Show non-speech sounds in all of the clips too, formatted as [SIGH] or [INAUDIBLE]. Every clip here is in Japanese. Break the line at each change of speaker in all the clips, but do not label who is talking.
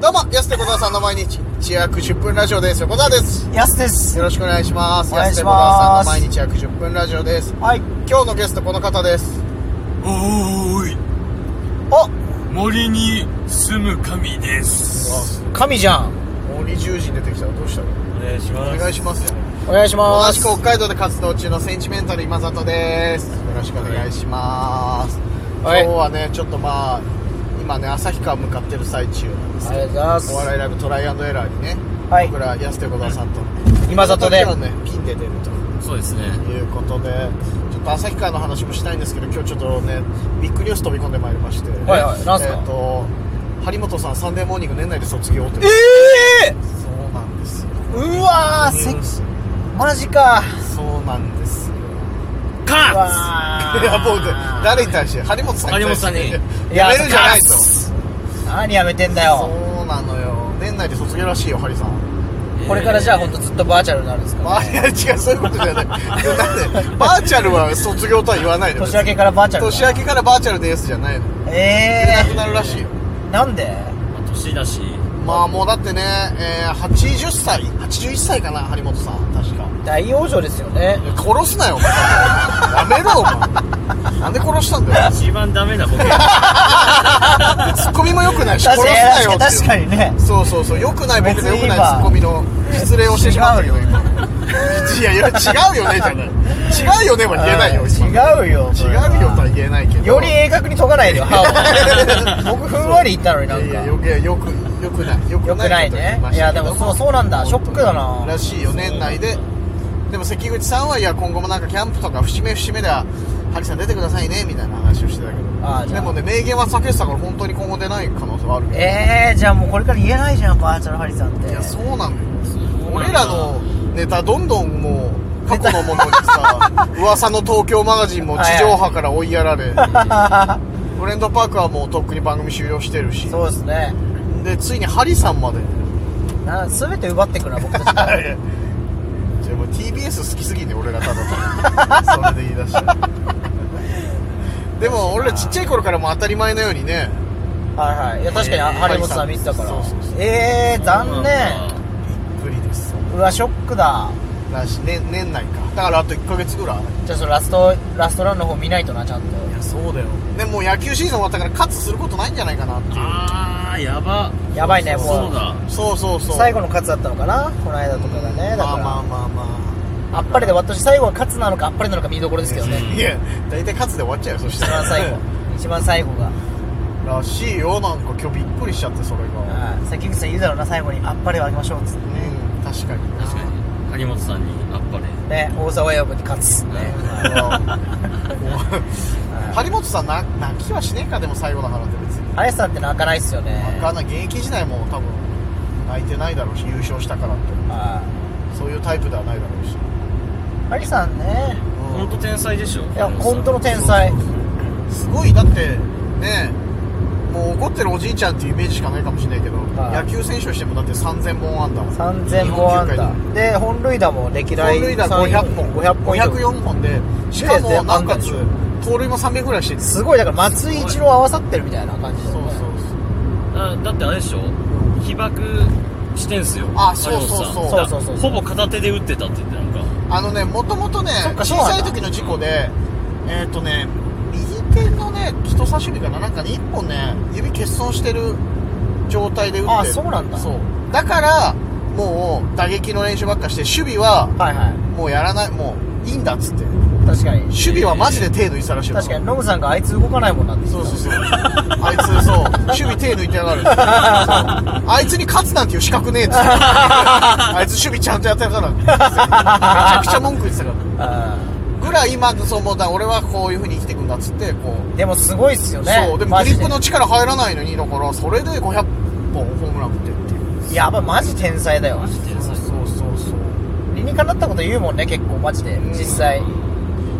どうも、安手小沢さんの毎日、約10分ラジオです。横澤です。
やすです
よろしくお願いします。
お願い
安
し
手小
ま
沢さん
す
の毎日約10分ラジオです。
はい
今日のゲストこの方です。
おーい
あ
森に住む神です
神じゃん
森獣人出てきたらどうしたの
お願いし
お
ま
願いしますよ。
お願いし
同
ま
じ
す
く北海道で活動中のセンチメンタル今里です。よろしくお願いします。
はい
今日はね、ちょっとまあ、今ね、旭川向かってる最中なんです
ありがとうございます
お笑いライブトライアンドエラーにね、
はい
僕ら安手小沢さんと、
今里で
今日ね、ピンで出ると。
そうですね
ということでちょっと旭川の話もしたいんですけど今日ちょっとねビッグニュース飛び込んでまいりまして
はいはいなんすか
えっ、と張本さんサンデーモーニング年内で卒業って
ええ
そうなんですよ
ー、うわーせマジか
そうなんですよ
う
カ
わ
いやもうね誰に対して張本さんに対して
張本さんに
いややめるじゃないとそ
何やめてんだよ
うなのよ年内で卒業らしいよ張さん
ー
これからじゃあ本当ずっとバーチャルになるんですか、
まあいや違うそういうことじゃないいやなんでバーチャルは卒業とは言わないのよ
年明けからバーチャル
年明けからバーチャルですじゃないの
え
なくなるらしいよ
えー、なんで
まあ年だし
まあもうだってね、えー、80歳81歳かな張本さん確か
大往生ですよね
殺すな
[LAUGHS]
よお前やめろお前なんで殺したんだよ
一番ダメなボケ
ツッコミも良くないし殺す
確
なよ
かに
っていう
確かにね
そうそうそう良くない僕
別
の良
に
くな
今
いツッコミの失礼をしてしまったけど
違う
今いやいや違うよねじゃない違うよねは言えないよ今
違うよそれは
違うよとは言えないけど
より鋭角に研がないでよ歯 [LAUGHS] を僕ふんわり言ったのに
い
な
や
ん
い
か
やよくいやよくよくないよ
よくないね
ことを言ま
い
した
や
け
で
ど
もそうそうなんだショックだな
らしいよ年内ででも関口さんはいや今後もなんかキャンプとか節目節目ではハリさん出てくださいねみたいな話をしてたけ
あ
ど
ーじゃ
で
あ
もね名言は酒師さんから本当に今後出ない可能性はあるけど
えー、じゃあもうこれから言えないじゃんバーチャルハリさんって
いやそうなのよ
う
俺らのネタどんどんもう過去のものに
[LAUGHS]
さ噂の東京マガジンも地上波から追いやられトレンドパークはもうとっくに番組終了してるし
そうですね
でついにハリさんまで
な全て奪ってく
[LAUGHS]
な僕たち
じゃあもう TBS 好きすぎんね俺らただただそれで言い出したでも俺らちっちゃい頃からもう当たり前のようにね
はいはいいや確かに
えー
張本さん見てたから
そうそうそ
えー、残念
無理です
うわショックだ
だし年年内かだからあと1ヶ月ぐらい
じゃあそのラストラストランの方見ないとなちゃんと
やそうだよでもう野球シーズン終わったから勝つすることないんじゃないかなっていう
ああやば
やばいねもう
そうだ
そうそうそう
最後の勝つだったのかなこの間とかがねだか
まあ
ら、
まあまあま
あっぱれで私最後は勝つなのかあっぱれなのか見どころですけどね
あいや大体勝つで終わっちゃうよそし
一
たら [LAUGHS]
番最後一番最後が、
らしいよなんか今日びっくりしちゃってそれが
はい関口さん言うだろうな最後にあっぱれをあげましょうっつっ
う
て
ん確かに
確かに張本さんにあっぱれ
ね大沢親分に勝つね
張本さんな泣きはしねえかでも最後だからって別に
林さんって泣かないっすよね
分かんない現役時代も多分泣いてないだろうし優勝したからって
はい
そういうタイプではないだろうし、
有さんね
本当天才でしょ
いや
張本さん
本当の天才
すごいだってねもう怒ってるおじいちゃんっていうイメージしかないかもしれないけど、
はい
野球選手としてもだって3000本安打も
3000本安打で本塁打も歴代
本塁打
三位
500本
500本以上
504本でしかもなおかつ
全
盗塁も300ぐらいしてて
すごいだから松井一郎合わさってるみたいな感じ
そう
だよね
そうそう
あだってあれでしょ被爆してんすよ
あそうそうそう
張本さん
そうそうそう
ほぼ片手で打ってたって言ってなんか
あのねもともとね
そっか
小
そうなんだ
さい時の事故でえっ、とね右手のね人差し指かななんかに1本ね指欠損してる状態で打って
あそうなんだ
そうだからもう打撃の練習ばっかして守備は
はいはい
もうやらないもういいんだっつって
確かに
守備はマジで手抜いてたらしいよ
確かにノブさんがあいつ動かないもんなんです
そうそうそうあいつそう守備手抜いてやがるそうあいつに勝つなんていう資格ねえ
[LAUGHS]
っつってあいつ守備ちゃんとやってやがるめちゃくちゃ文句言ってたからぐらい今そう思うだ俺はこういう風に生きていくんだっつってこう、
でもすごいっすよね
そうでも
マ
グリ
ジ
ップの力入らないのにだからそれで500本ホームラン打ってるっていう
やばいマジ天才だよ
マジ天才
そうそうそう
理にかなったこと言うもんね結構マジで実際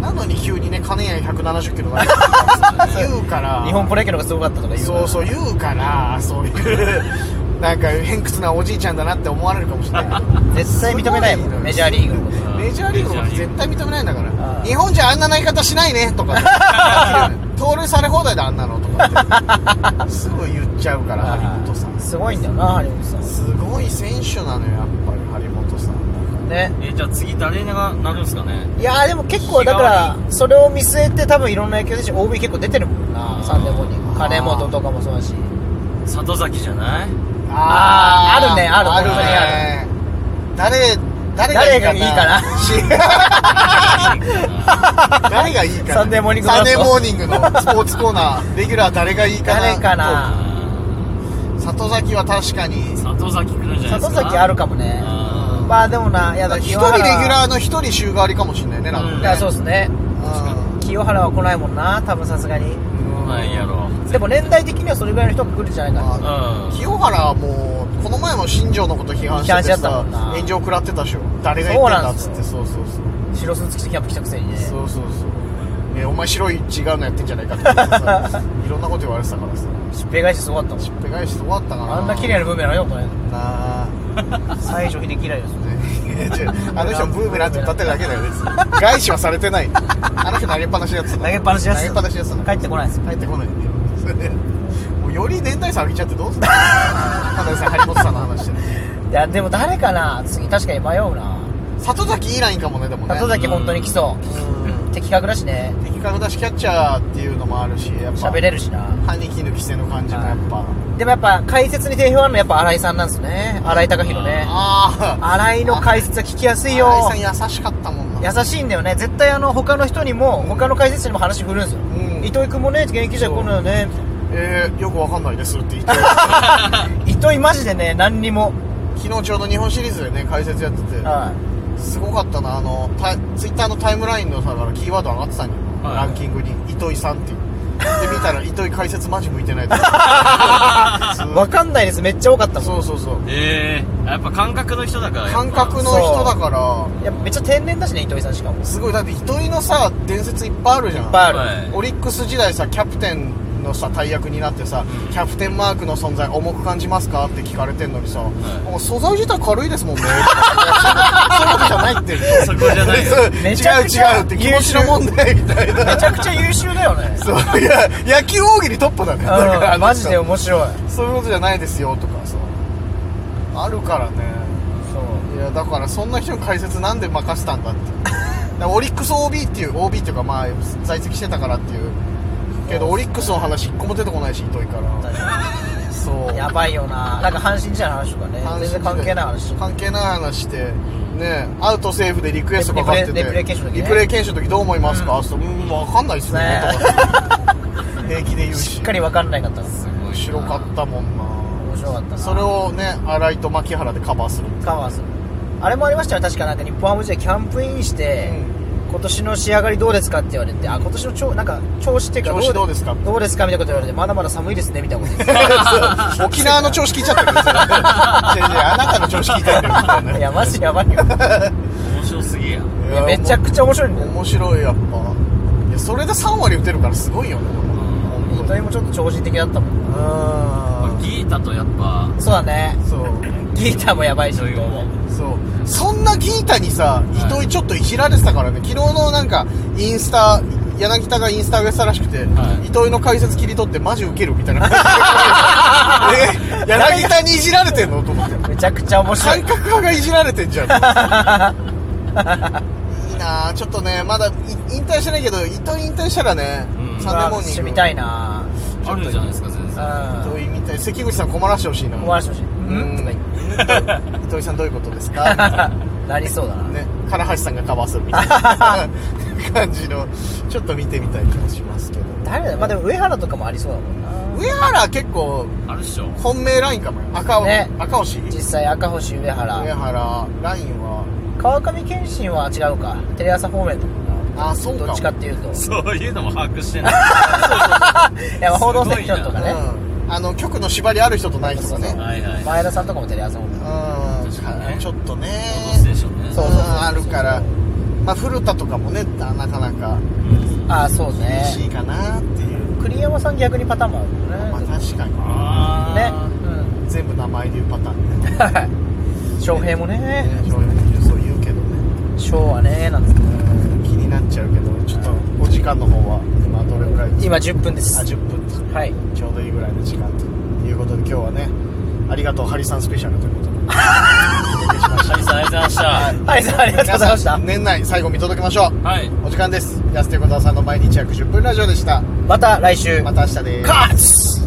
なのに急にね金谷170キロ投げてた言うから
[LAUGHS] 日本プロ野球の方がすごかったとか言うから
そうそう言うからそういう [LAUGHS] なんか偏屈なおじいちゃんだなって思われるかもしれ
[LAUGHS]
ないけど
絶対認めないも
すごい
ん
よ
メジャーリーグのこと
うん
メジャーリーグのこと絶対認めないんだか
あ
ら
あ
日本じゃあんな投げ方しないねとか
[LAUGHS]
盗塁され放題だあんなのとかってすぐ言っちゃうから
あ
張本さん
すごいんだよな張本さ
すごい選手なのよやっぱり張本さん
んね
えじゃあ次誰がなるんですかね
いやーでも結構だからそれを見据えて多分いろんな野球選手 OB 結構出てるもんな
あー
サンデーモーニング金本とかもそうだし
里崎じゃない
あーあるねある
ある
本当にあ
ね誰誰がいいかな誰がいいかな
サンデーモーニング
サンデーモーニングのスポーツコーナーレギュラー誰がいいかな
誰かな
里崎は確かに
里崎くるんじゃないです
里
か
崎あるかもね
あー
まあでもなやだ
一人レギュ
ー
ラーの一人週替わりかもしれないねなんか
い
ね
やそうですね清原は来ないもんな多分さすがに
うん
ないやろ
でも年代的にはそれぐらいの人が来るんじゃないかな
あ清原はもうこの前も新庄のこと批判して
批判しち
て
ゃっ
さ
たもんな
炎上食らってたでしょ誰が言ってんだっつってそうそうそう
白スーツ着てキャンプ来たくせにね
そうそうそうねお前白い違うのやってんじゃないかって [LAUGHS] 言ってさいろんなこと言われてたからさ
しっぺ返しすごかったも
し
ん
っぺ返し終わったかな
あんな綺麗なブーメランよこれ
なあ
西城秀樹以来ですよ
ね違うあの人はブーメランって歌ってるだけだよ別に外資はされてないあの人投げっぱなしのやつ投
投げっぱなしのやつ
投げっぱなしのやつだ
帰ってこないですよ
帰ってこない [LAUGHS] んだよそれでもうより年代差上げちゃってどう
[LAUGHS]
すんの花田さん張本さんの話して
いやでも誰かな次確かに迷うな
里崎いいラインかもねでもね
里崎本当に来そうう的確だしね
ん的確だしキャッチャーっていうのもあるしやっぱ
喋れるしな
歯に衣着せぬ感じもやっぱ
でもやっぱ解説に定評あるのやっぱ新井さんなんですね新井貴弘ね
ああ
新井の解説は聞きやすいよ
新井さん優しかったもんな
優しいんだよね絶対あの他の人にも他の解説者にも話振るんですよ、
うん
糸井君もね現役時代こうなのね
えー、よくわかんないですって
[LAUGHS]
言って
糸井マジでね何にも、
昨日ちょうど日本シリーズでね解説やってて
は
すごかったなあのタイツイッターのタイムラインのさだからキーワード上がってたんよ、
はい
ランキングに糸井さんっていうで見た
[LAUGHS]
ら糸井解説マジ向いてないってす
い、わかんないですめっちゃ多かったもん
そうそうそう
ええやっぱ感覚の人だからやっぱ
感覚の人だから
やっぱめっちゃ天然だしね糸井さんしかもいっ
すごいだって糸井のさ伝説いっぱいあるじゃん
ぱいある、
はい
オリックス時代さキャプテンのさ大役になってさキャプテンマークの存在重く感じますかって聞かれてんのにさ、もう素材自体軽いですも
[LAUGHS]
んねそういうことじゃないって
そこじゃない
そう
めちゃくちゃ
違う違うって気持ちの問題みたいな
めちゃくちゃ優秀だよね
そういや野球大喜利トップ [LAUGHS] だねだから
う
あの
ん
人
マジで面白い
そういうことじゃないですよとかさあるからね
そう
いやだからそんな人の解説なんで任せたんだってだからオリックス OB っていう OB っていうかまあ在籍してたからっていうけどオリックスの話一個も出てこないし糸井からそう
やばいよななんか阪神時代の話とかね
阪神
全然関係ない話
関係ない話してねアウトセーフでリクエストかかってて
リプレイリプレイ検証の時ね
リプレイ検証の時どう思いますか、そううん分かんないっすね
ね
とかって [LAUGHS] 平気で言うし
[LAUGHS] しっかり分かんないかったです
面白かったもんな
面白かったな
それをね新井と牧原でカバーする
カバーするあれもありましたよね確かなんか日本ハム時代キャンプインして、今年の仕上がりどうですかって言われてあ今年の調なんか調子っていうか
調子どうですか
どうですかみたいなこと言われてまだまだ寒いですねみたいなこと言っ
沖縄の調子聞いちゃったけどそれ違う違うあなたの調子聞いてる [LAUGHS] みたいな
て [LAUGHS] いやマジやばいよ
面白すぎや
い
い
や
やめちゃくちゃ面白いんだよ
面白いやっぱいやそれで3割打てるからすごいよね本
糸井もちょっと超人的だったもん
当に
ギータとやっぱ
そうだね
うんそう
ギーターもやばいし
そういう思う
そうそんなギータにさ糸井ちょっといじられてたからね昨日のなんかインスタ柳田がインスタ上げてたらしく [LAUGHS] て、
はい
糸井の解説切り取ってマジウケるみたい [LAUGHS] な感じでえ柳田にいじられてんのと思って
めちゃくちゃ面白
感
い
覚派 [LAUGHS] がいじられてんじゃんいいなあちょっとねまだい引退してないけど糸井引退したらね、
うん
サンデーモーニン
し
グ
みたいな
あるんじゃないですか全
う
然
ん
糸井みたい関口さん困らしてほしいな
終わらせてほしいうんとか言って
うん糸井さんどういうことです
[LAUGHS]
か
なりそうだな
ね唐橋さんがカバーするみたい
[LAUGHS]
な感じのちょっと見てみたい気もしますけど
誰だよまあでも上原とかもありそうだもんな
上原結構
あるっしょ
本命ラインかもよ赤,、
ね
赤星
実際赤星上
上
原
原ラインは
川上謙信は違うかテレ朝方面とか
あそうか
どっちかっていうと
そういうのも把握し
[LAUGHS]
てない
いやまあ報道セクションとかね
うん、あの局の縛りある人とない人がね
はいはい
前田さんとかもテレ朝
う
方面
ん
確かにね
ちょっとね
報道ステーションね
そう
うんあるからまあ古田とかもねななかなか
うん
ああそうね
厳しいかなっていう、
栗山さん逆にパターンもある
ま
よ
あ確かに
ねね
あ
全部名前で言うパターンね
うん翔平もね [LAUGHS]
そういうそう言うけどね
翔はねなんですけど
気にななっちゃうけどちょっとお時間の方は今どれぐらいですか
今10分で
あ
す
10分と
はい
ちょうどいいぐらいの時間ということで今日はねありがとうハリさんスペシャルということでお届けしました
ハリさんありがとうございました
はいさんありがとうございまし
皆
た
さん年内最後見届けましょう
はい
お時間です安手小沢さんの毎日約10分ラジオでした
また来週
また明日です
カッツ